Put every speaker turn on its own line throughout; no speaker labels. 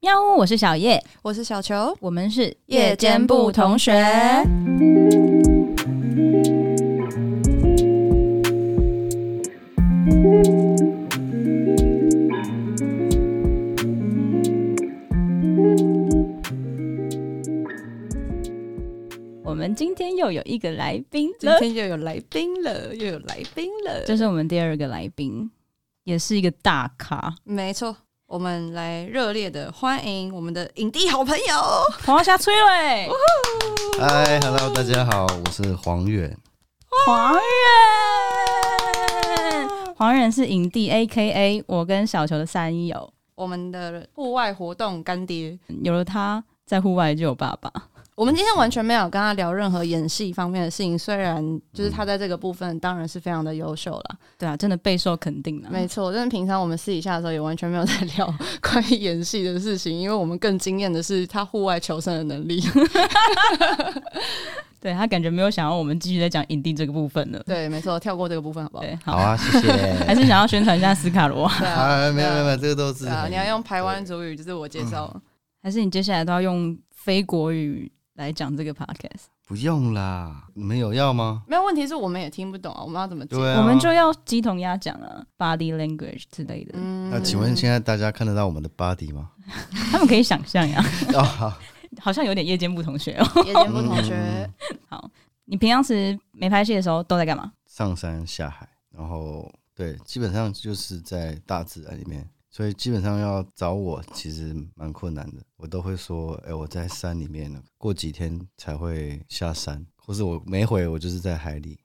喵，我是小叶，
我是小球，
我们是
夜间部同学。
我们今天又有一个来宾
今
了，
天又有来宾了，又有来宾了，
这是我们第二个来宾，也是一个大咖，
没错。我们来热烈的欢迎我们的影帝好朋友，
黄霞崔蕊、
嗨，Hello，大家好，我是黄远。
黄仁。黄仁是影帝 A K A 我跟小球的三友，
我们的户外活动干爹。
有了他在户外就有爸爸。
我们今天完全没有跟他聊任何演戏方面的事情，虽然就是他在这个部分当然是非常的优秀啦，
对啊，真的备受肯定了。
没错。但是平常我们私底下的时候也完全没有在聊关于演戏的事情，因为我们更惊艳的是他户外求生的能力。
对他感觉没有想要我们继续再讲影帝这个部分了。
对，没错，跳过这个部分好不好？
对，
好
好，
啊，谢 谢。
还是想要宣传一下斯卡罗，
对啊，
啊，没有没有没有，这个都是
对啊，
很
你要用台湾主语，就是我介绍。
还是你接下来都要用非国语来讲这个 podcast？、
不用啦，你们有要吗？
没有问题是我们也听不懂啊，我们要怎么解？
对啊，
我们就要鸡同鸭讲啊，body language 之类的，
嗯
那请问现在大家看得到我们的 body 吗？
他们可以想象呀，
哦，好
好像有点夜间部同学 哦。
夜间部同学
嗯
好，你平常时没拍戏的时候都在干嘛？
上山下海，然后对，基本上就是在大自然里面，所以基本上要找我其实蛮困难的。我都会说，哎、我在山里面呢，过几天才会下山，或是我每回我就是在海里，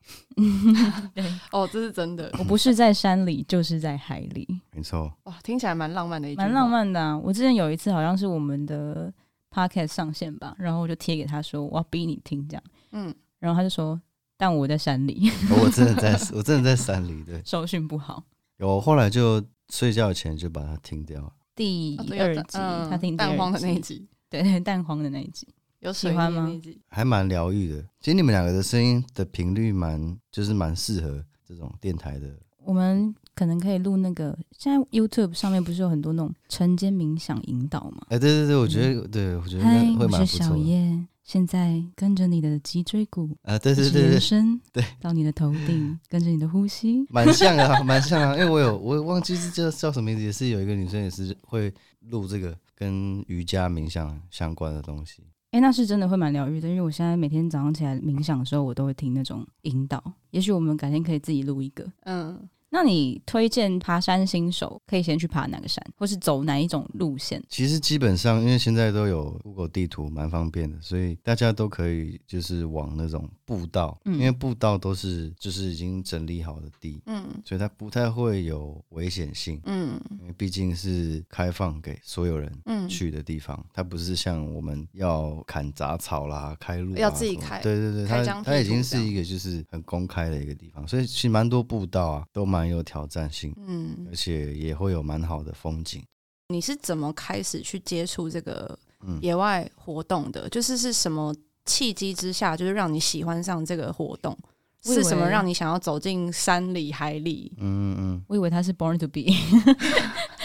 哦，这是真的
我不是在山里，就是在海里，
没错。
哇，听起来蛮浪漫的一句，
蛮浪。漫的、啊。我之前有一次好像是我们的 podcast 上线吧，然后我就贴给他说我要逼你听这样，
嗯，
然后他就说但我在山里，
哦我真的在， 我真的在山里，对。
收讯不好。
有，我后来就睡觉前就把它听掉了。
第
哦对
二
有
集，
嗯
他听第二
蛋黄的那一
集，
集，
对对， 蛋黄的那一集，
有
喜
水
欢
滴的
吗
那一集
还蛮疗愈的。其实你们两个的声音的频率蛮，就是蛮适合这种电台的。
我们可能可以录那个。现在 YouTube 上面不是有很多那种晨间冥想引导吗？
哎、对对对，我觉得，对我觉得
嗯嗨
应，该会
我
蛮
是
不错
小
的。
叶，现在跟着你的脊椎骨，
啊，对
一
对
直
对
延
对，
伸，
对，
到你的头 顶，跟着你的呼吸。
蛮像的啊， 蛮像啊。因为我有，我忘记是叫叫什么名字，也是有一个女生也是会录这个跟瑜伽冥想相关的东西。
哎、那是真的会蛮疗愈的，因为我现在每天早上起来冥想的时候，我都会听那种引导。也许我们改天可以自己录一个。
嗯，
那你推荐爬山新手可以先去爬哪个山，或是走哪一种路线？
其实基本上，因为现在都有 Google 地图，蛮方便的，所以大家都可以就是往那种步道，
嗯
因为步道都是就是已经整理好的地，
嗯
所以它不太会有危险性，
嗯
因为毕竟是开放给所有人
嗯，
去的地方，它不是像我们要砍杂草啦、开路啊
要自己
什么
开
对对对，
开
它
疆
它
辟
已经
土
是
这样
一个就是很公开的一个地方，所以其实蛮多步道啊都蛮有挑战性，
嗯
而，且也会有蛮好的风景。
你是怎么开始去接触这个
嗯，
野外活动的？就是是什么契机之下，就是让你喜欢上这个活动？
我以为
是什么让你想要走进山里海里？
嗯嗯
我以为他是 born to be，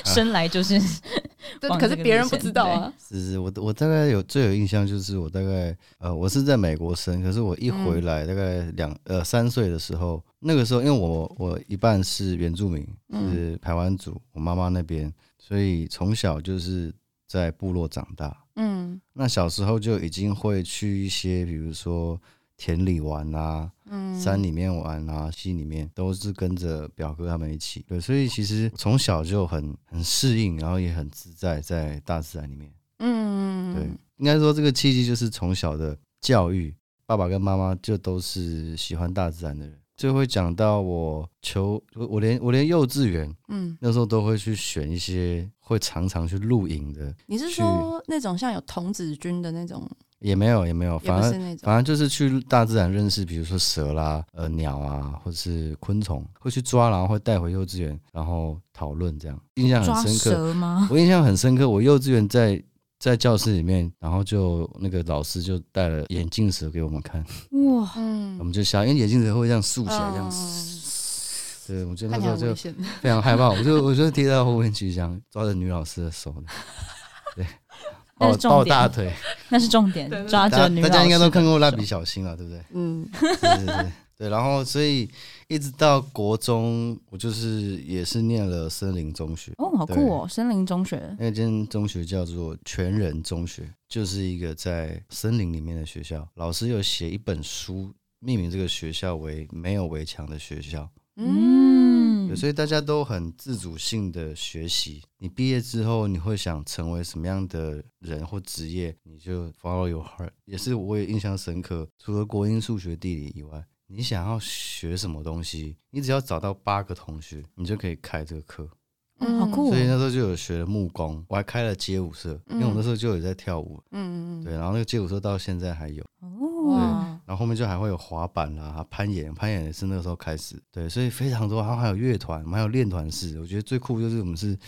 生来就是。
对，
往
可
这
是
个
别
路
人不
线
知道啊。
是是，我我大概有最有印象就是我大概呃，我是在美国生，可是我一回
嗯
来大概两、呃三岁的时候，那个时候因为我我一半是原住民，
嗯
是台湾族，我妈妈那边，所以从小就是在部落长大。
嗯
那小时候就已经会去一些，比如说田里玩啊，
嗯，
山里面玩啊，溪里面都是跟着表哥他们一起。对，所以其实从小就很很适应，然后也很自在在大自然里面。
嗯，
对，应该说这个契机就是从小的教育，爸爸跟妈妈就都是喜欢大自然的人。就会讲到我求我我连我连幼稚园
嗯，
那时候都会去选一些会常常去露营的，
你是
去
说那种像有童子军的那种，
也没有也没有，
也
反
不
而
是那种，
反正就是去大自然认识，比如说蛇啦、呃鸟啊，或是昆虫，会去抓，然后会带回幼稚园，然后讨论这样，印象
抓
啊很深刻。
蛇吗？
我印象很深刻，我幼稚园在在教室里面，然后就那个老师就带了眼镜蛇给我们看，
哇，
我
嗯，
们就吓，因为眼镜蛇会这样竖起来，这样。
哦
嗯
对，我就那
看起
时
来
候
很危
就
险。
非常害怕，我就我就贴在后面去，这样抓着女老师的手，
那
抱
是重
抱
点
大腿。
那是重点
对那，是
抓
大
着
家
女
大家
老
应该
师
都
的
看过蜡
手
笔小新了，对不对？
嗯，
对对对对，然后所以一直到国中，我就是也是念了森林中学，
哦，好酷哦，森林中学
那间中学叫做全人中学，就是一个在森林里面的学校。老师有写一本书，命名这个学校为没有围墙的学校，
嗯
对所以大家都很自主性的学习。你毕业之后，你会想成为什么样的人或职业，你就 follow your heart。也是我也印象深刻，除了国英数学、地理以外。你想要学什么东西？你只要找到八个同学，你就可以开这个课。
嗯好酷哦
所以那时候就有学了木工，我还开了街舞社，因为我那时候就有在跳舞，
嗯嗯
对，然后那个街舞社到现在还有，
嗯，
哦，
哇，
然后后面就还会有滑板啦、攀岩，攀岩也是那个时候开始，对，所以非常多，然后还有乐团，我们还有练团式，我觉得最酷就是我们是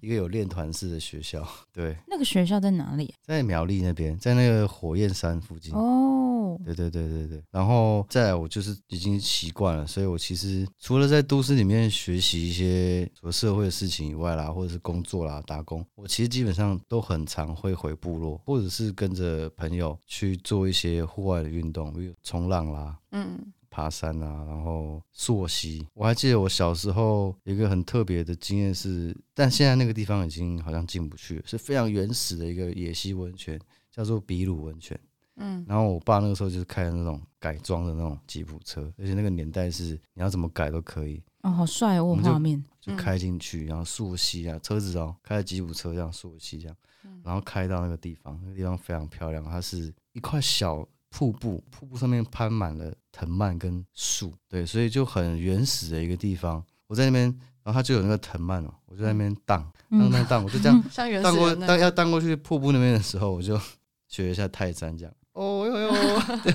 一个有练团式的学校，对，
那个学校在哪里？啊
在苗栗那边，在那个火焰山附近。
哦，
对对对对对，然后再来我就是已经习惯了，所以我其实除了在都市里面学习一些除了社会的事情以外啦，或者是工作啦、打工，我其实基本上都很常会回部落，或者是跟着朋友去做一些户外的运动，比如冲浪啦。
嗯
爬山啊，然后溯溪。我还记得我小时候有一个很特别的经验是，但现在那个地方已经好像进不去了，是非常原始的一个野溪温泉，叫做比鲁温泉。
嗯，
然后我爸那个时候就是开的那种改装的那种吉普车，而且那个年代是你要怎么改都可以，
哦，好帅哦，我有
我们就
画面，
就开进去，然后溯溪啊，车子哦，开着吉普车这样溯溪这样，然后开到那个地方，那个地方非常漂亮，它是一块小瀑布，瀑布上面攀满了藤蔓跟树，对，所以就很原始的一个地方。我在那边，然后它就有那个藤蔓哦，我就在那边荡荡
嗯，
荡荡，我就这样
像原
荡
始
过
啊人那
荡要荡过去瀑布那边的时候，我就学一下泰山这样，哦哟哟。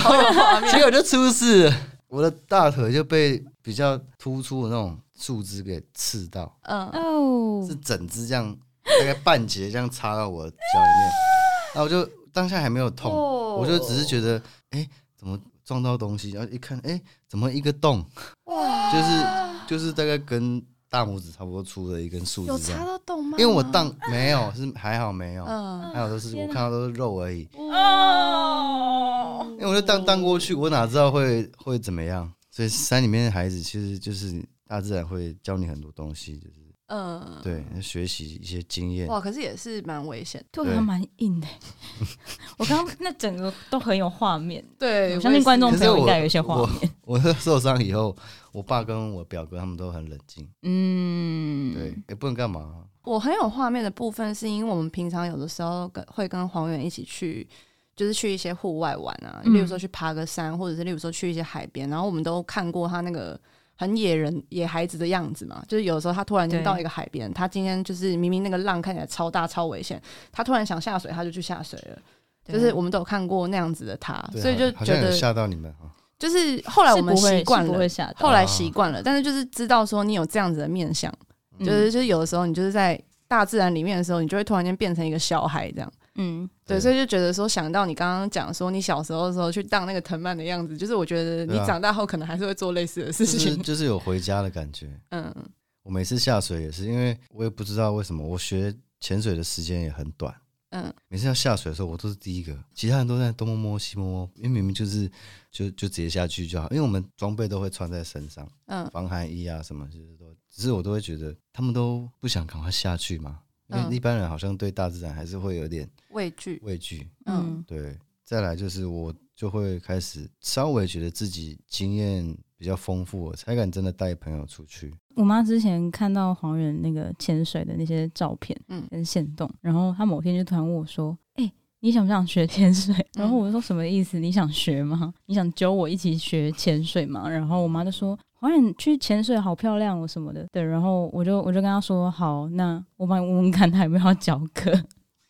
好有画面，
结果就出事了，我的大腿就被比较突出的那种树枝给刺到，
嗯，
哦
是，整只这样，大概半截这样插到我的脚里面，然后我就当下还没有痛，
哦
我就只是觉得，哎、怎么撞到东西？然后一看，哎、怎么一个洞？
哇，
就是就是大概跟大拇指差不多粗的一根树
有
枝这
插
样，
到动吗？
因为我当没有是还好没有，
嗯，
还有都是我看到都是肉而已，
哦，
因为我就荡荡过去，我哪知道会会怎么样？所以山里面的孩子其实就是大自然会教你很多东西，就是
嗯，
对学习一些经验。
哇，可是也是蛮危险的。
对
对
还蛮硬的。我刚刚那整个都很有画面，
对
我相信观众朋
可是
友
我
应该有一些画面。
我受伤以后，我爸跟我表哥他们都很冷静，
嗯，
对，也不能干嘛。啊
我很有画面的部分，是因为我们平常有的时候跟会跟黄远一起去，就是去一些户外玩啊，
嗯
例如说去爬个山，或者是例如说去一些海边，然后我们都看过他那个。很野人、野孩子的样子嘛，就是有时候他突然间
对
到一个海边，他今天就是明明那个浪看起来超大、超危险，他突然想下水，他就去下水了。
对，
就是我们都有看过那样子的他，
啊
对啊
所以就
好
觉
像有
得
吓到你们啊，
就是后来我们
是不会
习惯
是不
了
会，吓到，
后来习惯了，但是就是知道说你有这样子的面相，
嗯
就是就是有的时候你就是在大自然里面的时候，你就会突然间变成一个小孩这样。
嗯，
对，
对
所以就觉得说，想到你刚刚讲说你小时候的时候去荡那个藤蔓的样子，就是我觉得你
对啊
长大后可能还是会做类似的事
就是
情。
就是有回家的感觉。
嗯，
我每次下水也是，因为我也不知道为什么，我学潜水的时间也很短。
嗯，
每次要下水的时候，我都是第一个，其他人都在东摸摸西摸摸，因为明明就是就就直接下去就好，因为我们装备都会穿在身上，
嗯
防寒衣啊什么，就是都，只是我都会觉得他们都不想赶快下去嘛，因
嗯
为一般人好像对大自然还是会有点
畏惧。
畏惧。
嗯
嗯，
对，再来就是我就会开始稍微觉得自己经验比较丰富，我才敢真的带朋友出去。
我妈之前看到黄远那个潜水的那些照片，
嗯
嗯，跟线动，然后她某天就突然问我说：“哎、你想不想学潜水？”然后我说：“什么意思？你想学吗？你想揪我一起学潜水吗？”然后我妈就说：“黄远去潜水好漂亮哦什么的。”对，然后我就我就跟她说：“好，那我帮你问问看她有没有要教课。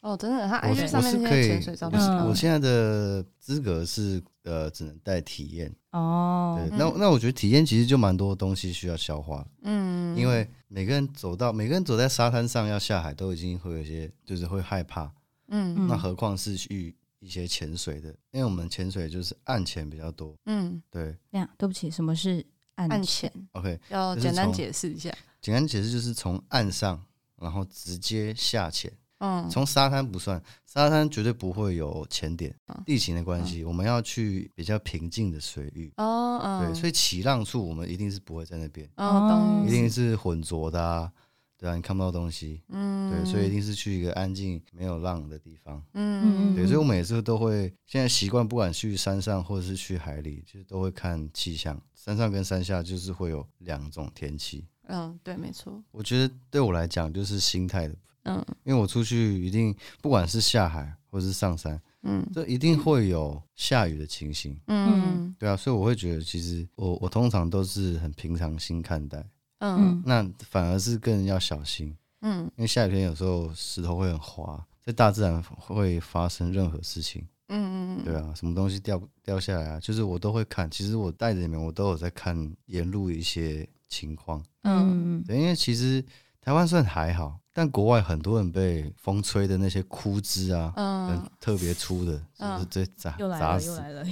哦，真的，他
我
IG
是
上
我
面
是
那
可
些
以，
潜水照
我
片
是
很
嗯
漂
我
亮，
现在的资格是呃，只能带体验。”
哦，
对，那那我觉得体验其实就蛮多东西需要消化，
嗯，
因为每个人走到每个人走在沙滩上要下海，都已经会有一些就是会害怕，
嗯
那
嗯
何况是去一些潜水的，因为我们潜水就是岸潜比较多。
嗯，
对
那样对不起，什么是暗
暗
潜
潜
，OK，
要
就是
简单
从
解释一下。
简单解释就是从岸上然后直接下潜，
嗯，
从沙滩不算，沙滩绝对不会有潜点
嗯，
地形的关系，我们要去比较平静的水域。
哦，嗯，
对，所以起浪处我们一定是不会在那边，
哦，懂
一
意思，
定是浑浊的啊，对啊，你看不到东西，
嗯，
对，所以一定是去一个安静没有浪的地方。
嗯，
对，
嗯
所以我们也是都会现在习惯，不管去山上或者是去海里，就是都会看气象。山上跟山下就是会有两种天气。
嗯，对，没错，
我觉得对我来讲就是心态的部分，
嗯
因为我出去一定不管是下海或是上山，
嗯
这一定会有下雨的情形。
嗯
对啊，所以我会觉得其实我我通常都是很平常心看待，
嗯
嗯
那反而是更要小心，
嗯
因为下雨天有时候石头会很滑，在大自然会发生任何事情。
嗯，
对啊，什么东西掉掉下来啊，就是我都会看。其实我袋子里面我都有在看沿路一些情况，
嗯
嗯
对，因为其实台湾算还好，但国外很多人被风吹的那些枯枝啊，
嗯
很，特别粗的，
嗯
是不是被砸、
又来
砸
了又
死？
来了，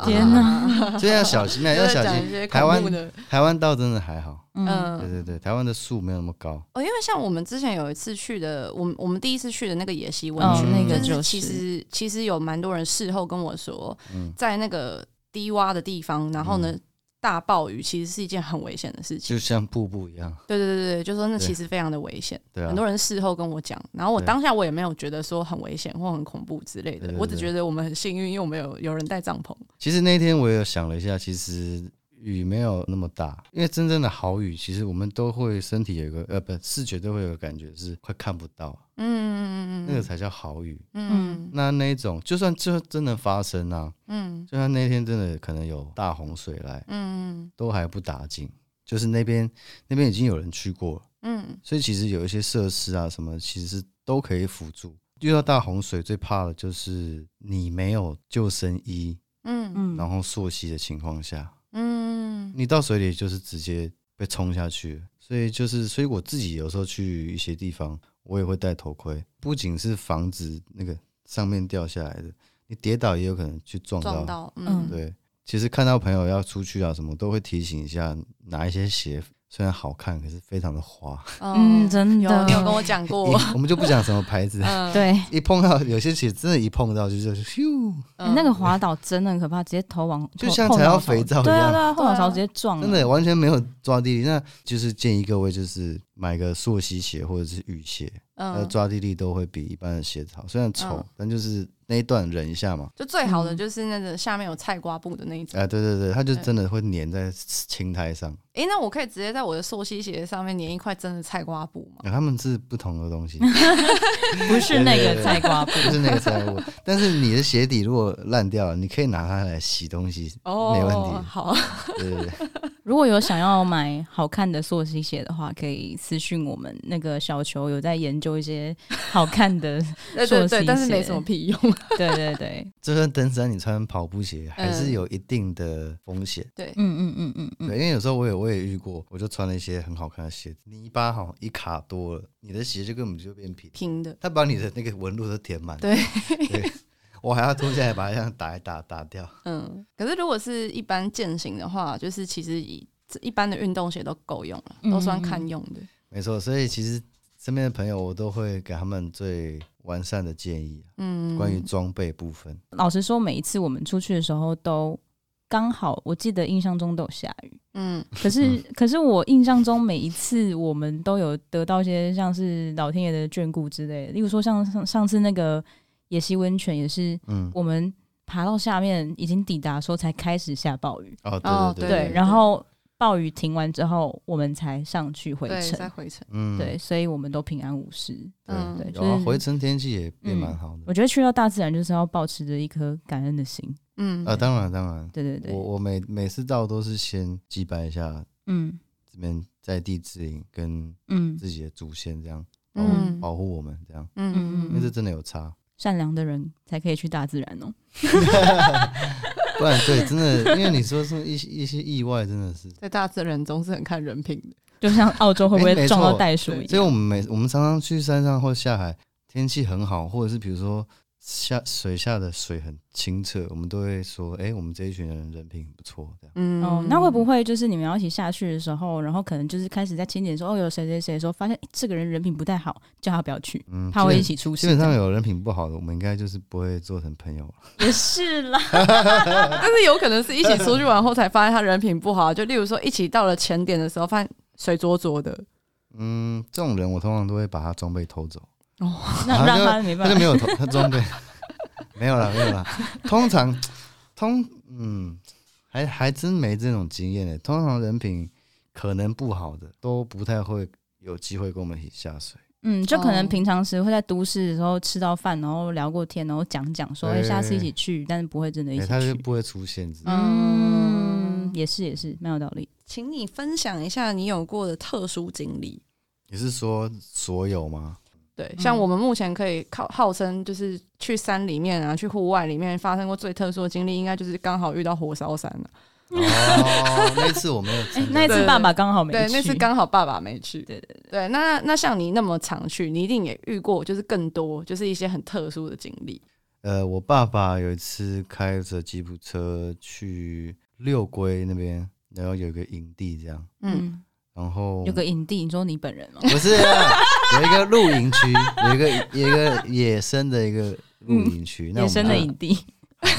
天哪！
这要 小心啊，嗯要小
讲一
心。
些
台湾
恐怖的，
台湾倒真的还好，
嗯
对
嗯。
对对，台湾的树没有那么高，
哦，因为像我们之前有一次去的，我们我们第一次去的那个野溪温
哦
泉，
那个
就
就是
是其实其实有蛮多人事后跟我说，
嗯，
在那个低洼的地方，然后呢。大暴雨其实是一件很危险的事情，
就像瀑布一样，
对对对对，就说那
对
其实非常的危险，
对啊
很，多人事后跟我讲，然后我
对
当下我也没有觉得说很危险或很恐怖之类
对
的，
对
我只
对
觉得我们很幸运，因为我们有有人带帐篷。
其实那天我也有想了一下，其实雨没有那么大，因为真正的好雨，其实我们都会身体有一个呃，不，视觉都会有个感觉是快看不到，
嗯
那个才叫好雨。
嗯
那那一种，就算就真的发生啊，
嗯
就算那天真的可能有大洪水来，
嗯
都还不打紧。就是那边那边已经有人去过了，
嗯
所以其实有一些设施啊什么，其实都可以辅助。遇到大洪水最怕的就是你没有救生衣，
嗯
嗯，
然后溯溪的情况下，
嗯
你到水里就是直接被冲下去，所以就是，所以我自己有时候去一些地方，我也会戴头盔，不仅是防止那个上面掉下来的，你跌倒也有可能去撞到。
撞到嗯
对，其实看到朋友要出去啊什么，都会提醒一下，拿一些鞋虽然好看，可是非常的滑。
嗯真
有
的
你有跟我讲
一
过，
我们就不讲什么牌子，
嗯
对、
一碰到有些鞋真的，一碰到就是咻，
嗯
欸那个滑倒真的很可怕，直接头往
就
头
像
后
踩到
脑勺
肥皂一
对啊
样
对啊，后脑
对
勺
啊
直接撞了，
真的完全没有抓地力。那就是建议各位就是买个溯溪鞋或者是雨鞋，它的
嗯，
呃抓地力都会比一般的鞋子好，虽然丑，
嗯
但就是那一段忍一下嘛。
就最好的
嗯
就是那个下面有菜瓜布的那一种。
哎、对对对，它就真的会粘在青苔上、
诶，那我可以直接在我的溯溪鞋上面粘一块真的菜瓜布吗？
啊它们是不同的东西，
不是那
对对
个
对
菜 瓜布，
不是那个财物。但是你的鞋底如果烂掉了，你可以拿它来洗东西，
哦
哦
没问题。
好，
对对对，
如果有想要买好看的溯溪鞋的话，可以私讯我们那个小球，有在研究一些好看的，
对
溯溪
对对，但是没
鞋
什么屁用。
对对对，
就算登山你穿跑步鞋，还
嗯
是有一定的风险。
对，
嗯嗯嗯嗯嗯，
对，因为有时候我也我也遇过，我就穿了一些很好看的鞋子，泥巴好像一卡多了，你的鞋就根本就变平，
平的。
它把你的那个纹路都填满。
对
对，我还要脱下来把它这样打一打打掉。
嗯，可是如果是一般健行的话，就是其实一一般的运动鞋都够用了，
嗯
都算堪用的。
没错，所以其实身边的朋友我都会给他们最完善的建议，
嗯，
关于装备部分。
老实说，每一次我们出去的时候都刚好，我记得印象中都有下雨，
嗯
可是可是我印象中每一次我们都有得到一些像是老天爷的眷顾之类的，例如说像上上次那个野溪温泉也是
嗯，
我们。爬到下面已经抵达的时候，才开始下暴雨。
哦，
哦
对对
对
对，
然后暴雨停完之后，我们才上去回
对，
程
再。回程，
嗯
对，所以我们都平安无事。
嗯
对
对，然后
就是
回程天气也变蛮好
我
的。
觉得去到大自然就是要保持着一颗感恩的心。
嗯
啊，当然当然，
对对对
我，我每每次到都是先祭拜一下
嗯
这边在地指引跟
嗯，
自己的祖先这样。
嗯
保护我们这样，
嗯
因为这
嗯
真的有差，
善良的人才可以去大自然哦。
不然对，真的，因为你说是一些一些意外，真的是，
在大自然中是很看人品的。
就像澳洲会不
哎没
会
错
撞到袋鼠一
所以
样？
我们每我们常常去山上或下海，天气很好，或者是比如说下水下的水很清澈，我们都会说，哎、我们这一群人人品不错，这样。
嗯
哦，那会不会就是你们要一起下去的时候，然后可能就是开始在清点说，哦，有谁谁谁的时候，发现、诶这个人人品不太好，叫他不要去，
嗯，
怕会一
基
起出
本
事
基
这
本
样。
上有人品不好的，我们应该就是不会做成朋友了。
也是 啦，
但是有可能是一起出去玩后才发现他人品不好，就例如说一起到了前点的时候，发现水浊浊的，
嗯，这种人我通常都会把他装备偷走，
那让他没
他
办
就
法
没。有偷他装备，没有了，没有了。通常通嗯，还还真没这种经验呢。通常人品可能不好的都不太会有机会跟我们一起下水。
嗯，就可能
哦
平常时会在都市的时候吃到饭，然后聊过天，然后讲讲说，哎，
对
下次一起去，但是不会真的一
哎、
起
他就
去。
不会出现之类的。
嗯
嗯，，
也是也是，蛮有道理。
请你分享一下你有过的特殊经历。
你是说所有吗？
对，
嗯
像我们目前可以靠号称就是去山里面啊，去户外里面发生过最特殊的经历，应该就是刚好遇到火烧山啊了、
哦，那一次我没有
哎
参，加。
那一次
对
爸爸刚好没去，
对，那次刚好爸爸没去。
对
对对那那像你那么常去，你一定也遇过，就是更多，就是一些很特殊的经历。
呃，我爸爸有一次开着吉普车去六龟那边，然后有一个营地这样，
嗯，
嗯，
然后
有个影帝，你说你本人吗？
不是啊、有一个露营区，有一个有一个野生的一个露营区，那我
嗯野
们
生的
就
影帝，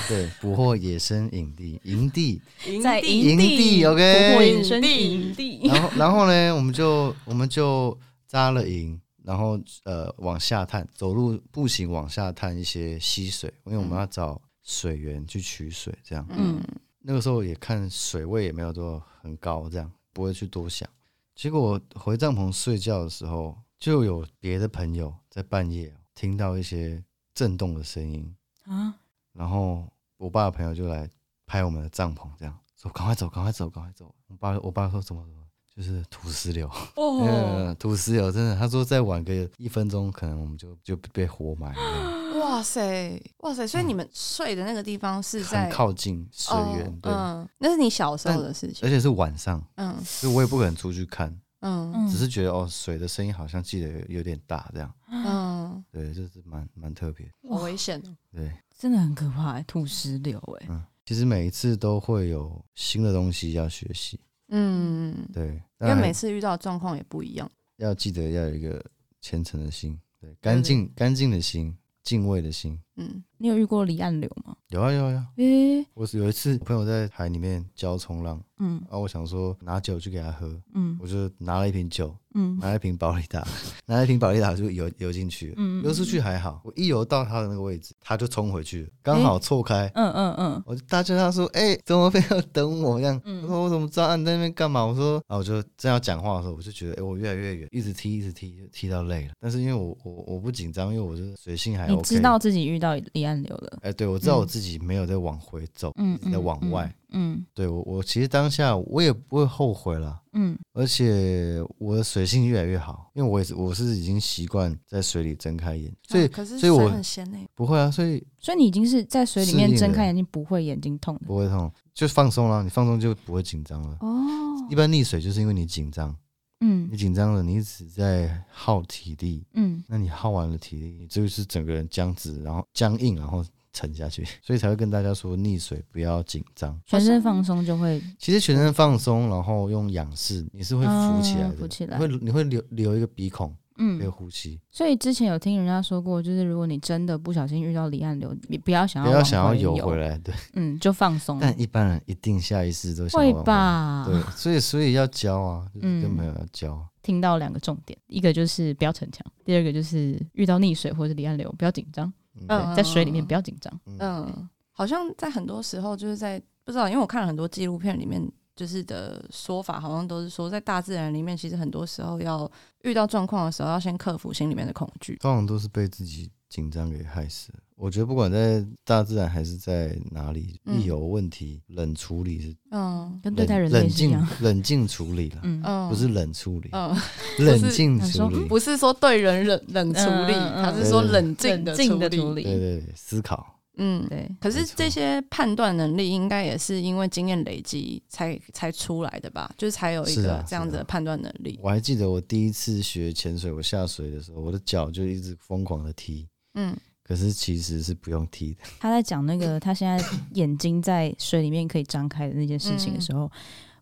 对捕获野生营地营地，
在
营
营
营
地
地，OK
捕获野生
营地
影帝。
然后然后呢，我们就我们就扎了营，然后呃往下探，走路步行往下探一些溪水，因为我们要找水源去取水，这样。
嗯
嗯，
那个时候也看水位也没有多很高，这样不会去多想。结果我回帐篷睡觉的时候，就有别的朋友在半夜听到一些震动的声音，
啊，
然后我爸的朋友就来拍我们的帐篷，这样说赶快走，赶快走，赶快走。我爸我爸说怎么怎么，就是土 石流，
哦，
嗯，土石流真的，他说再晚个一分钟，可能我们就就被活 埋了，
哇塞，哇塞！所以你们睡的那个地方是在
嗯很靠近水源，
哦
对，
嗯，那是你小时候的事情
而。且是晚上，
嗯
所以我也不可能出去看。
嗯
嗯，
只是觉得哦，水的声音好像记得有有点大，这样，
嗯，
对，就是蛮蛮特别，
好危险哦。
对，
嗯真的很可怕、欸，土石流哎、
嗯，其实每一次都会有新的东西要学习，
嗯，
对，
因
当
为
然
每次遇到的状况也不一样。
要记得要有一个虔诚的心，对，干净干净的心，敬畏的心，
嗯，
你有遇过离岸流吗？
有啊有啊有啊。
诶、
我是有一次朋友在海里面教冲浪，
嗯
然后我想说拿酒去给他喝，
嗯
我就拿了一瓶酒，
嗯
拿了一瓶宝丽达， 拿了一瓶宝丽达就游游进去了，
嗯
游出去还好，我一游到他的那个位置，他就冲回去了，刚好错开。
嗯嗯嗯，
我就大叫他说：“哎、怎么非要等我？”这样，
嗯
我说：“我怎么知道啊你在那边干嘛？”我说：“啊，我就正要讲话的时候，我就觉得，哎、我越来越远，一直踢，一直踢，就踢到累了。但是因为我我我不紧张，因为我就是水性还 OK。
你知道？自己遇到离岸流了，
哎、对，我知道
嗯
我自己没有在往回走，
嗯
一直在往外。，
嗯
对我，我其实当下我也不会后悔了。”
嗯
而且我的水性越来越好，因为我也是我是已经习惯在水里睁开
嗯
眼，所以、
啊可是
所以
水
我
很咸欸呢。
不会啊，所以
所以你已经是在水里面睁开眼睛不会眼睛痛的
不会痛，就放松了，你放松就不会紧张了。
哦
一，般溺水就是因为你紧张，
嗯
你紧张了，你一直在耗体力，
嗯
那你耗完了体力，你就是整个人僵直，然后僵硬，然后沉下去， 所以才会跟大家说溺水不要紧张。
全身放松就会
其实全身放松，然后用仰视，你是会浮起来的，
嗯浮起来
你会你会留留一个鼻孔，没有
嗯，
呼吸，
所以之前有听人家说过，就是如果你真的不小心遇到离岸流，你不要想
不
要
要想要
嗯往
游
回
回，来。对，
嗯，就放松，
但一般人一定下意识都想
会
要往回
吧？
对，所以所以要教啊，就是
嗯
跟朋友要教啊。
听到两个重点，一个就是不要逞强，第二个就是遇到溺水或者离岸流不要紧张，
嗯
在水里面不要紧张。
嗯
嗯，好像在很多时候就是在不知道，因为我看了很多纪录片里面。就是的说法好像都是说，在大自然里面，其实很多时候要遇到状况的时候，要先克服心里面的恐惧。
通常都是被自己紧张给害死了。我觉得不管在大自然还是在哪里，
嗯
一有问题冷处理是
嗯
跟对
冷
待人类
冷
是一
静
样，
冷静处理了，
嗯，哦
嗯，
不是冷处理，
嗯，
冷静
想
处
说
理，
不是说对人冷冷处理，
嗯嗯嗯
他是说
对
冷静的
冷静的处
处
理，
理。
对对对，思考。
嗯，
对
可是
没错
这些判断能力应该也是因为经验累积才才出来的吧？就是才有一
是
个
啊
这样子
是
的
啊
判断能力。
我还记得我第一次学潜水，我下水的时候，我的脚就一直疯狂的踢，
嗯，
可是其实是不用踢的。
他在讲那个他现在眼睛在水里面可以张开的那件事情的时候，
嗯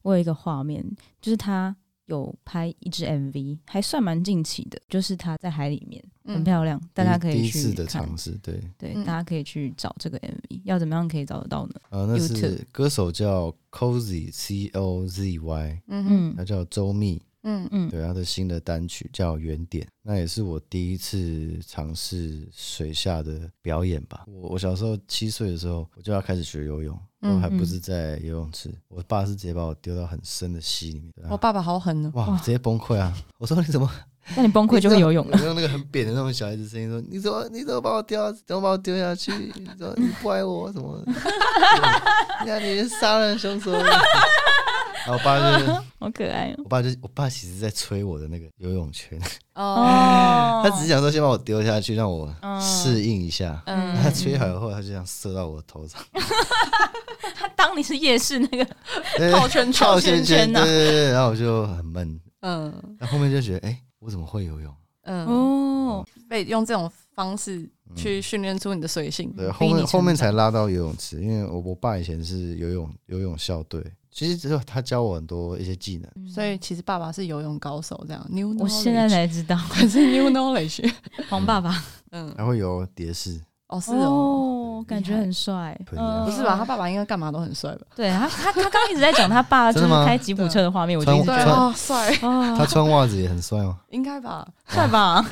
我有一个画面，就是他有拍一支 MV，还算蛮近期的，就是他在海里面很漂亮，大家可
第
以
一次
去
的
看
尝。试，对，
对，
嗯
大家可以去找这个 MV，要怎么样可以找得到呢？
呃，那
YouTube
是歌手叫 Cozy C O Z Y，
嗯
嗯
他叫周密，
嗯
嗯，
对，他的新的单曲叫《原点》，那也是我第一次尝试水下的表演吧。我我小时候七岁的时候，我就要开始学游泳，
嗯
我还不
嗯
是在游泳池，我爸是直接把我丢到很深的溪里面，对啊
我爸爸好狠哦，
哇，我直接崩溃啊！我说你怎么
那你崩溃就会游泳了。
我用那个很扁的那种小孩子声音说：“你怎么你怎么把我丢，怎么把我丢下去？你怎么你不爱我什么？你看你是杀人凶手。” 然后我爸就是，
好可爱哦、
我爸就是，我爸其实在吹我的那个游泳圈，
哦
他只是想说先把我丢下去，让我
嗯
适应一下。
嗯
他吹好以后，他就想射到我 头上，
他当你是夜市那个，
对
套圈圈
呃套圈
圈啊
圈，
呐
对对对。然后我就很闷，
嗯
但后面就觉得，哎，我怎么会游泳？
嗯，
哦，
被用这种方式去训练出你的水性，
对，
嗯
后
逼你
面
成
后面才拉到游泳池，因为我我爸以前是游泳游泳校队，其实只有他教我很多一些技
嗯
能。
所以其实爸爸是游泳高手，这样 new knowledge。
我现在才知道，
可是 new knowledge，
黄爸爸
嗯，
还会游蝶式，
哦是哦，
感觉很帅，嗯
可以啊
不是吧？他爸爸应该干嘛都很帅吧？
对他，他他刚一直在讲他爸就
真
是
的吗
开吉普车的画面，我就
穿
一直
对
觉
对
得
穿
哦，帅，
哦
他，穿袜子也很帅吗？
应该吧，
帅 吧？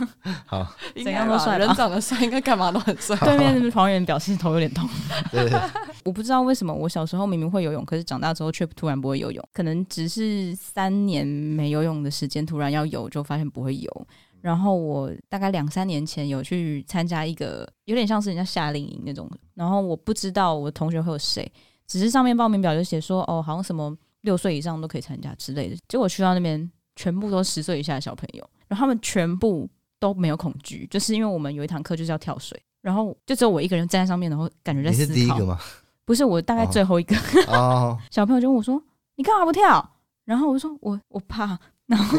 好，
应
怎
该
样都
吧
帅吧
人长得帅，应该干嘛都很帅。
对面的旁人表示头有点痛。
对，
我不知道为什么我小时候明明会游泳，可是长大之后却突然不会游泳，可能只是三年没游泳的时间，突然要游就发现不会游。然后我大概两三年前有去参加一个有点像是人家夏令营那种，然后我不知道我同学会有谁，只是上面报名表就写说哦，好像什么六岁以上都可以参加之类的。结果去到那边，全部都十岁以下的小朋友，然后他们全部都没有恐惧，就是因为我们有一堂课就是要跳水，然后就只有我一个人站在上面，然后感觉在
你
思
是
考。
第一个吗？
不是我大概
啊
哦
最后一个、
哦，
小朋友就问我说：“你干嘛不跳？”然后我就说：“我我怕。” 然 后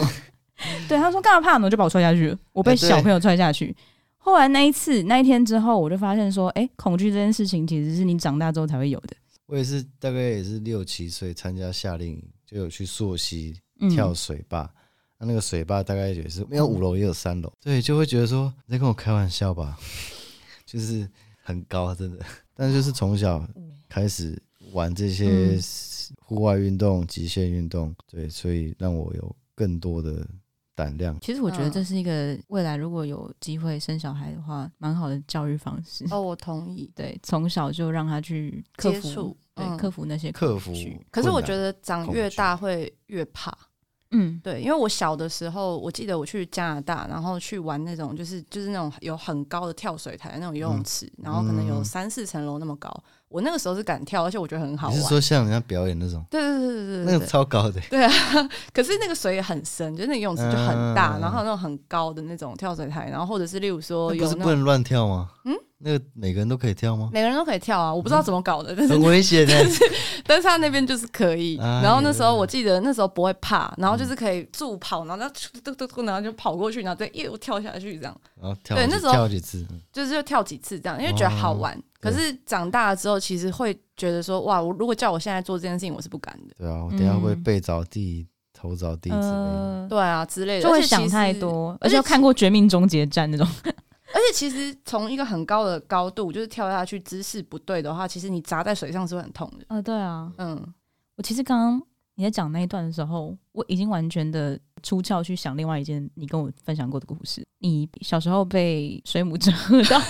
对他说：“干嘛怕呢？”我就把我踹下去了，我被
哎对
小朋友踹下去。后来那一次那一天之后，我就发现说：“哎、恐惧这件事情其实是你长大之后才会有的。
我也是，大概也是六七岁参加夏令营，就有去溯溪
嗯”
跳水坝。那那个水坝大概也是没有五楼也有三楼，对，就会觉得说你在跟我开玩笑吧， 就是很高，真的。但就是从小开始玩这些
嗯
户外运动、极限运动，对，所以让我有更多的胆量。
其实我觉得
嗯
这是一个未来如果有机会生小孩的话，蛮好的教育方式。
哦，我同意。
对，从小就让他去克
接
服
触，，
对，
嗯
克服那些
克服
恐惧。
可是我觉
困难，
得长越大会越怕，
嗯
对，因为我小的时候，我记得我去加拿大，然后去玩那种就是就是那种有很高的跳水台的那种游泳池，然后可能有
嗯
三四层楼那么高，我那个时候是敢跳，而且我觉得很好
你
玩
是。说像人家表演那种，
对对对对
那
对对
个
对，
超高的，
对啊，可是那个水也很深，就是那个游泳池就很大，
嗯
然后还有那种很高的那种跳水台，然后或者是例如说
那
哦有
不是
那
不
种
能乱跳吗？
嗯
嗯，那个每个人都可以 跳吗？
每个人都可以跳啊，我不知道怎么搞的，但是
很危险的，欸
但是他那边就是可以。
哎
然后那时候我记得那时候不会怕，然后就是可以助跑，然后那嘟嘟嘟，然后就跑过去，然后再又跳下去，这样
然后跳
对
几
那时候
跳几次，嗯
就是就跳几次这样，因为觉得好玩。可是长大了之后，其实会觉得说，哇，我如果叫我现在做这件事情，我是不敢的。
对啊，我等一下会不会
嗯
背着地、头着地之类的。
呃，
对啊，之类的，
就
而
会
且其
想
实
太。多，
而
而
且
且
其
看过《绝命终结战》那种。
而且其实从一个很高的高度，就是跳下去姿势不对的话，其实你砸在水上是会很痛的。
啊，对啊，
嗯，
我其实刚刚你在讲那一段的时候，我已经完全的出窍去想另外一件你跟我分享过的故事。你小时候被水母蛰到，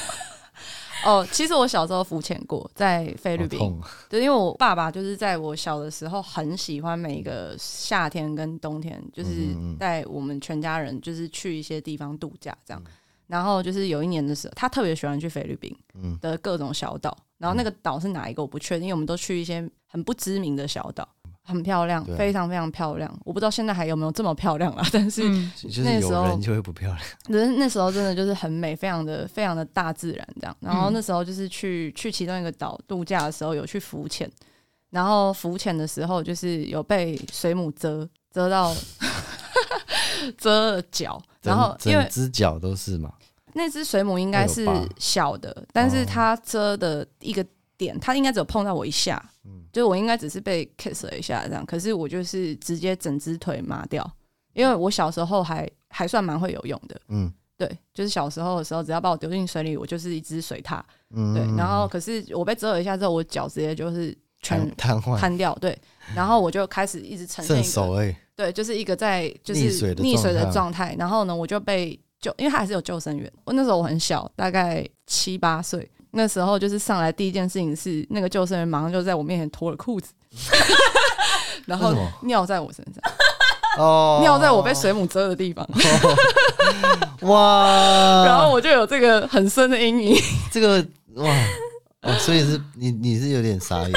哦，其实我小时候浮潜过，在菲律
好
宾。
痛啊！
对，因为我爸爸就是在我小的时候很喜欢每一个夏天跟冬天，就是
嗯嗯嗯
带我们全家人就是去一些地方度假这样。然后就是有一年的时候，他特别喜欢去菲律宾
嗯
的各种小岛，然后那个岛是哪一个我不确定，因为我们都去一些很不知名的小岛，很漂亮，
对啊
非常非常漂亮。我不知道现在还有没有这么漂亮啦， 但是
嗯，
就就
那
是
时
有
候
人就会不漂亮，
可是那时候真的就是很美，非常的非常的大自然这样。然
嗯
后那时候就是去、去其中一个岛度假的时候有去浮潜，然后浮潜的时候就是有被水母蛰 蛰到蛰了脚，然后
整
因为
整只脚都是嘛。
那只水母应该是
会有疤哦
小的，但是它蛰的一个点，它应该只有碰到我一下，
嗯，
就是我应该只是被 kiss 了一下这样，可是我就是直接整只腿麻掉，因为我小时候还还算蛮会游泳的，
嗯
对，就是小时候的时候，只要把我丢进水里，我就是一只水獭，
嗯，
对，然后可是我被蛰了一下之后，我脚直接就是全
瘫瘫痪，
瘫掉， 对，然后我就开始一直呈现
剩
一个
手哎、
对，就是一个在就是
溺水的
溺水的
状态
状态。然后呢，我就被救，因为他还是有救生员。我那时候我很小，大概七八岁。那时候就是上来第一件事情是，那个救生员马上就在我面前脱了 裤子， 然后
为什么
尿在我身上，
哦，
尿在我被水母蛰的地方，
哇，
然后我就有这个很深的阴影，
这个哇。哦，所以是你，你是有点傻 眼，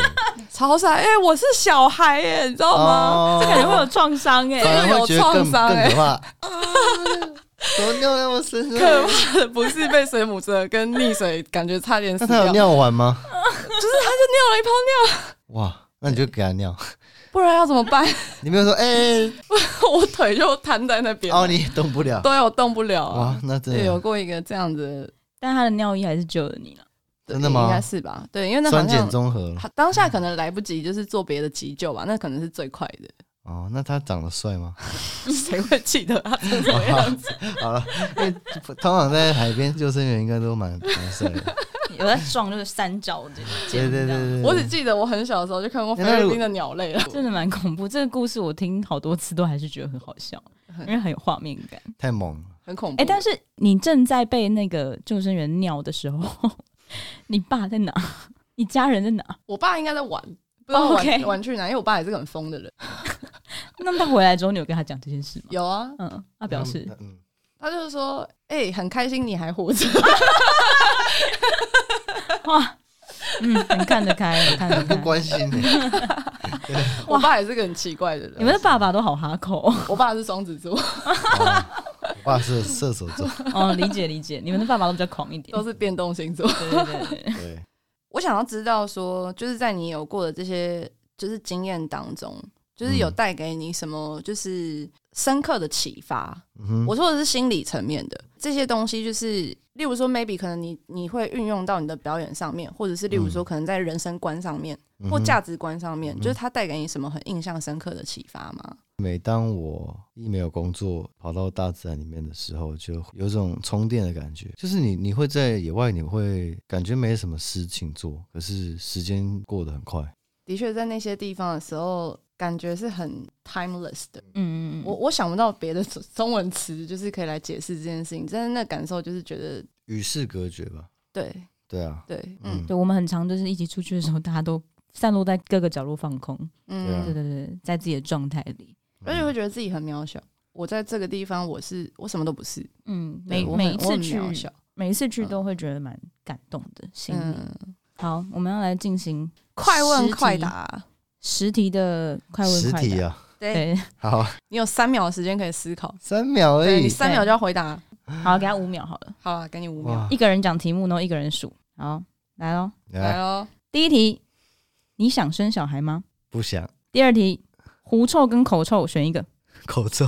超傻！哎、我是小孩耶、你知道吗？
哦
这感觉会有创伤 哎、
反而会觉得
有
更
创伤欸
更可怕。啊 怎么尿在我身上？
可怕的不是被水母蛰，跟溺水感觉差点死
那
掉，
他有
就是
尿完吗？
他就尿了一泡尿，
哇，那你就给他尿。
不然要怎么办？
你没有说，哎、
我腿就瘫在那边了，
哦，你动不了。
对，我动不了啊、
哇，那真
对，有
的
过一个这样子，
但他的尿液还是救了你了。
真的吗
应该是吧？对，因为那好
酸碱
像
中和了。
他当下可能来不及，就是做别的急救吧，那可能是最快的。
哦，那他长得帅吗？哦
谁会记得他？
好了，因为通常在海边救生员应该都蛮蛮 帅的。
有在撞就是三角这 个尖
对对对
这样
对，
我
对
只记得我很小的时候就看过菲律宾的鸟类了。
真的蛮恐怖。这个故事我听好多次，都还是觉得很好笑，因为很有画面感。
太猛了。
很恐怖。
哎、但是你正在被那个救生员尿的时候， 你爸在哪？ 你家人在哪？
我爸应该在玩，不知道玩
哦 OK
玩去哪，因为我爸也是个很疯的人。
那他回来之后，你有跟他讲这件事吗？
有啊，
嗯，他表示
嗯，嗯，
他就是说，哎、很开心你还 活着。
哇，嗯，很看得开，很看得
不
开。
关心 你。
我爸也是个很奇怪的
你
人。
们的爸爸都好哈口
我爸是双子座，
哦我爸是射手座，
哦，理解理解。你们的爸爸都比较狂一点
都，是变动星座。
对对对对，
对，
我想要知道说，就是在你有过的这些就是经验当中，就是有
嗯
带给你什么就是深刻的启发？
嗯哼
我说的是心理层面的这些东西，就是例如说，maybe 可能你你会运用到你的表演上面，或者是例如说，可能在人生观上面、
嗯
或
哼
价值观上面，
嗯
就是它带给你什么很印象深刻的启发吗？
每当我一没有工作，跑到大自然里面的时候，就有种充电的感觉。就是你，你会在野外，你会感觉没什么事情做，可是时间过得很快。
的确，在那些地方的时候，感觉是很 timeless 的。
嗯嗯嗯，
我我想不到别的中 中文词，就是可以来解释这件事情。但是那感受就是觉得，
与世隔绝吧？
对
对啊，
对，嗯
嗯，
对，我们很常就是一起出去的时候，大家都散落在各个角落放空，
对啊嗯
对
嗯，
对对，在自己的状态里，嗯
而且会觉得自己很渺小。我在这个地方，我是我什么都不是，
嗯，每
对我
每
很
一
我
次
很
去，
渺小，
每一次去都会觉得蛮感动的，心里。
嗯，
好，我们要来进行
快问
题
快答，
实题的快问
实
快
体
答，
啊，
对
对，
好，
你有三秒的时间可以思考，
三秒而
对你
已。
三秒就要回答，
好，给他五秒好了，
好啊，给你五秒，
哎哇
一，个人讲题目，然后一个人数，好，来喽，
来
来，
哦，
第一题，你想生小孩吗？
不想
第二题，狐臭跟口臭选一个。
口罩，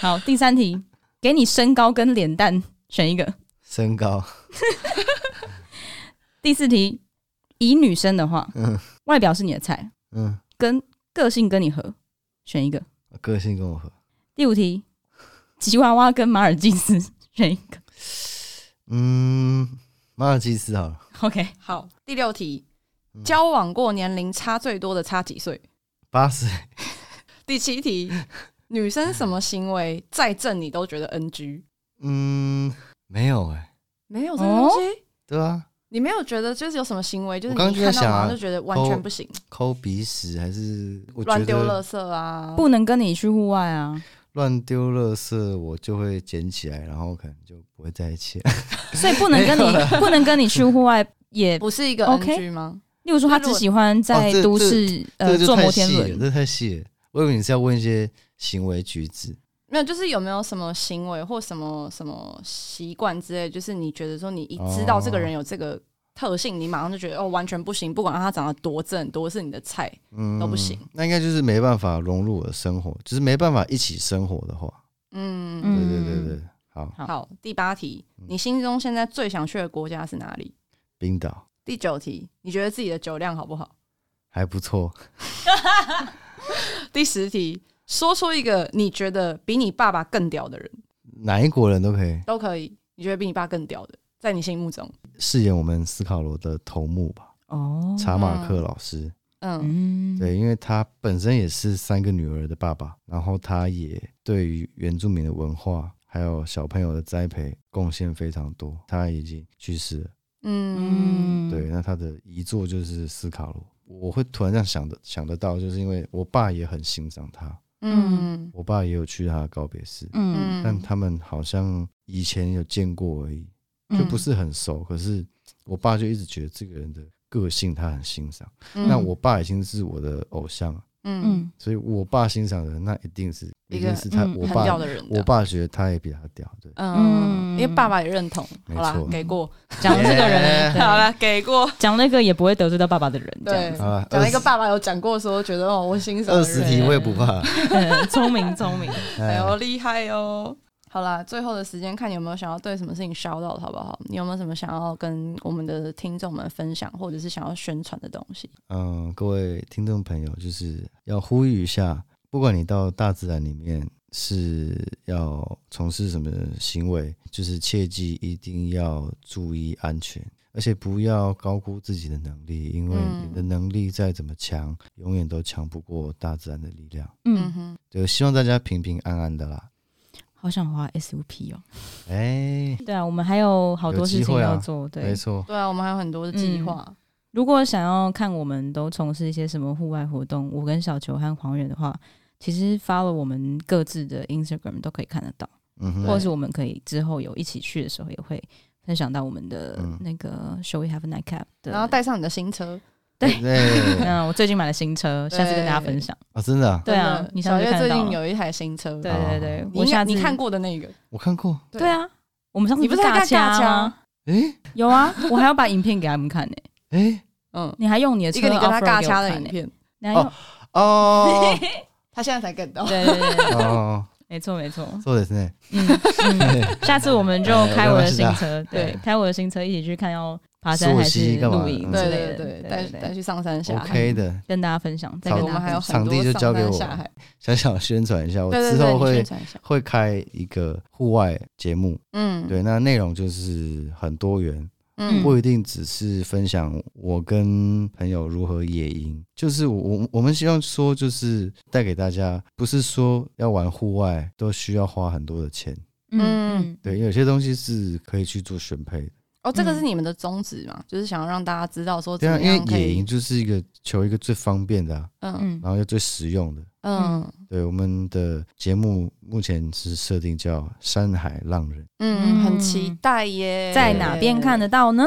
好，第三题，给你身高跟脸蛋选一个。
身高，
第四题，以女生的话，
嗯
外表是你的菜，
嗯，
跟个性跟你合，选一个。
个性跟我合，
第五题，吉娃娃跟马尔济斯选一个。
嗯，马尔济斯好了，
OK，
好，第六题，
嗯
交往过年龄差最多的差几岁？
八十，
第七题，女生什么行为再正你都觉得 NG？
嗯，没有哎，
没有这个东西，
对啊，
你没有觉得就是有什么行为，就是
我刚刚
你
就在
看到
想
马
啊
上就觉得完全不行，
抠鼻屎还是我觉
乱丢
得
垃圾啊，
不能跟你去户外啊，
乱丢垃圾，我就会捡起来，然后可能就不会在一起。
所以不能跟你不能跟你去户外也。
不是一个
OK
NG 吗？
例如说，他只喜欢在
哦这
都市、
这
呃
个就
坐
太
摩天
细了，
轮，
这太细了。我以为你是要问一些行为举止，
没有，就是有没有什么行为或什么什么习惯之类，就是你觉得说你一知道这个
哦
人有这个特性，你马上就觉得哦，完全不行，不管他长得多正，多是你的菜，
嗯，
都不行。
那应该就是没办法融入我的生活，就是没办法一起生活的话，
嗯，
嗯
对对对对。好，
好
好，第八题，
嗯
你心中现在最想去的国家是哪里？
冰岛
第九题，你觉得自己的酒量好不好？
还不错，
第十题，说出一个你觉得比你爸爸更屌的人
哪一国人都可以
都可以，你觉得比你爸更屌的，在你心目中，
饰演我们斯卡罗的头目吧，
哦，
查马克老师。
嗯
嗯，
对，因为他本身也是三个女儿的爸爸，然后他也对于原住民的文化还有小朋友的栽培贡献非常多。他已经去世了，
嗯
嗯，
对，，那他的遗作就是斯卡罗。我会突然这样想的想得到，就是因为我爸也很欣赏他，
嗯
我爸也有去他的告别式，
嗯，
嗯，
但他们好像以前有见过而已，
嗯
就不是很熟。可是我爸就一直觉得这个人的个性他很欣赏。
嗯
那我爸已经是我的偶像了。
嗯
嗯，
所以我爸欣赏的那一定是，
一
一
个
定是他，
嗯
我
很
爸，
屌的人，
我爸觉得他也比他屌，对，
嗯，
嗯
因为爸爸也认同，
没
好啦
错，
给过，
讲这个人，对
好啦，给过，
讲那个也不会得罪到爸爸的人，这
对
样，子，
好啦
讲一个爸爸有讲过说，觉得哦，我欣赏
二
的
十
人
题我也不怕，
嗯 聪明聪明，
哎
哎
呦，厉害哦！好啦，最后的时间看你有没有想要对什么事情烧到，好不好？你有没有什么想要跟我们的听众们分享，或者是想要宣传的东西？
嗯，各位听众朋友，就是要呼吁一下，不管你到大自然里面是要从事什么行为，就是切记一定要注意安全，而且不要高估自己的能力，因为
嗯
你的能力再怎么强，永远都强不过大自然的力量。
嗯
嗯，哼，
对，希望大家平平安安的啦。
好想滑 SUP 哦，
哎、
对啊，我们还有好多事
有机
情
会啊
要做，对
没，错，
对啊，我们还有很多的计划。
如果想要看我们都从事一些什么户外活动，我跟小球和黄远的话，其实发了我们各自的 Instagram 都可以看得到，
嗯
或者
哼，
是我们可以之后有一起去的时候也会分享到我们的
嗯
那个 Show We Have a Nightcap 的。
然后带上你的新车，
对
对
嗯，我最近买了新车，
对
下次跟大家分享。
啊，真的啊、
对啊
真的
你上次
小
就
月
看
最
到
近
了
有一台新车，
对
好
对对，
你
我
应该
下次
你看过的那个，
我看过。
对
对啊，我们上次
你不是还在
掐
尬
吗？
掐？
诶
有啊， 我还要把影片给他们看呢、
诶
嗯，
你还用你的车
一个你跟他
off-road
尬
给我
掐的
看欸
影
呢，
片，
你还用
哦哦
他现在才 get 到。
对对对 对，
哦，
没错没错，
そうですね。
嗯嗯，下次我们就开我的新车，对
对，
开我的新车一起去看要爬山还
溯溪
是
干嘛
露营
嗯
之
对
类的，
对对，带
对
带
对，
去上山下海。
OK 的，
跟大家分享，再
对
跟
我
大
们
家
还
分
有
享。
很
场地
多
就
上
交给
山
我
下海，
小小宣传一下，我
对对
之
对，
后
你宣
会
传一下。
会开一个户外节目，
嗯，
对，那内容就是很多元，
嗯，
不一定只是分享我跟朋友如何野营，就是我我我们希望说，就是带给大家，不是说要玩户外都需要花很多的钱，
嗯
对，因为有些东西是可以去做选配的。
哦，这个
嗯
是你们的宗旨嘛？就是想要让大家知道说
对
怎
啊，
么
因为
样可
野
以
营，就是一个求一个最方便的、啊，
嗯
嗯
然后又最实用的。
嗯
对，我们的节目目前是设定叫《山海浪人》，
嗯，很
嗯
期待耶。
在哪边看得到呢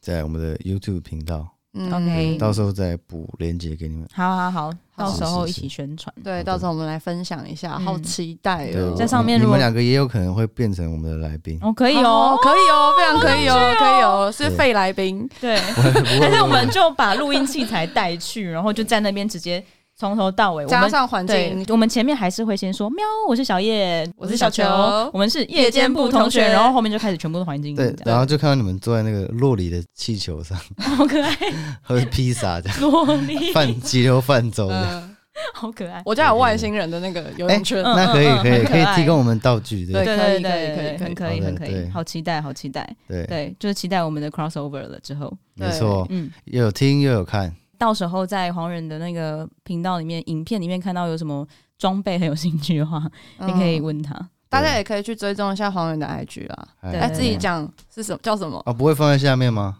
在我们的 YouTube 频道，
嗯
OK
到时候再补链接给你们。
好好好，到时候
是
一
是
起宣传。
对，到时候我们来分享一下，
嗯
好期待
嗯对，
哦
我。
在上面
你
如果
们两个也有可能会变成我们的来宾，
哦，可
可
以哦，
可以哦，非常可以哦，可以哦，是
对
费来宾。
对，还是我们就把录音器材带去，然后就在那边直接从头到尾，我
加
们
上环
对
境，，
我们前面还是会先说喵，我是小叶，
我是小球
我们是夜间部同学，
夜间部同学
然后后面就开始全部都环境音
对，
这
然
样
后就看到你们坐在那个洛里的气球上，
好可爱，
喝披萨这样，
萝莉，
泛急流泛舟的。
嗯，
好可爱，
我家有外星人的那个游泳圈
嗯，
那可以
嗯嗯
可以
很可
可以
爱
提供我们道具，对
对
对可
对
以可以可以
对，
可以
很可以
好的
很可以，
对
好期待好期待，
对，
对，就是期待我们的 crossover 了之后，
没错，
嗯，
又有听又有看，
到时候在黄人的那个频道里面，影片里面看到有什么装备很有兴趣的话，
嗯
哎你可以问他，
大家也可以去追踪一下黄源的 IG 啦。
对
哎，
哎，
自己讲是什么叫什么，
啊，不会放在下面吗？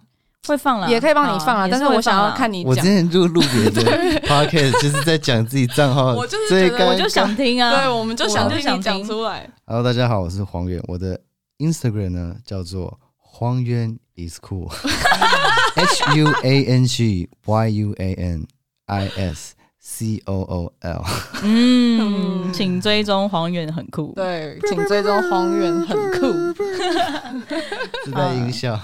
会放了，
也可以帮你放
好
啊。
也
但是
会
我想
放嗯
要
啦
看你
我之
讲，
前录录别 的 podcast 就是在讲自己账号，
我就是
最
觉得
我
尴
就想听
对，
啊，
我们就
我
想
就
听
想
你讲
听
出来。
Hello，大家好，我是黄源，我的 Instagram 呢叫做荒渊 is cool，H U A N G Y U A N I S C O O L。
嗯，请追踪黄远很酷，
对，请追踪黄源很酷。
自带音效，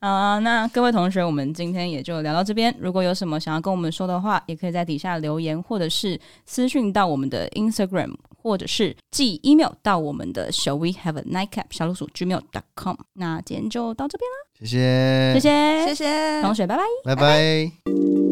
好啊、那各位同学，我们今天也就聊到这边。如果有什么想要跟我们说的话，也可以在底下留言，或者是私讯到我们的 Instagram 或者是寄 email 到我们的 Shall We Have a Nightcap 小老鼠 gmail.com。那今天就到这边了，
谢谢，
谢，谢
谢谢
同学，拜拜。
拜拜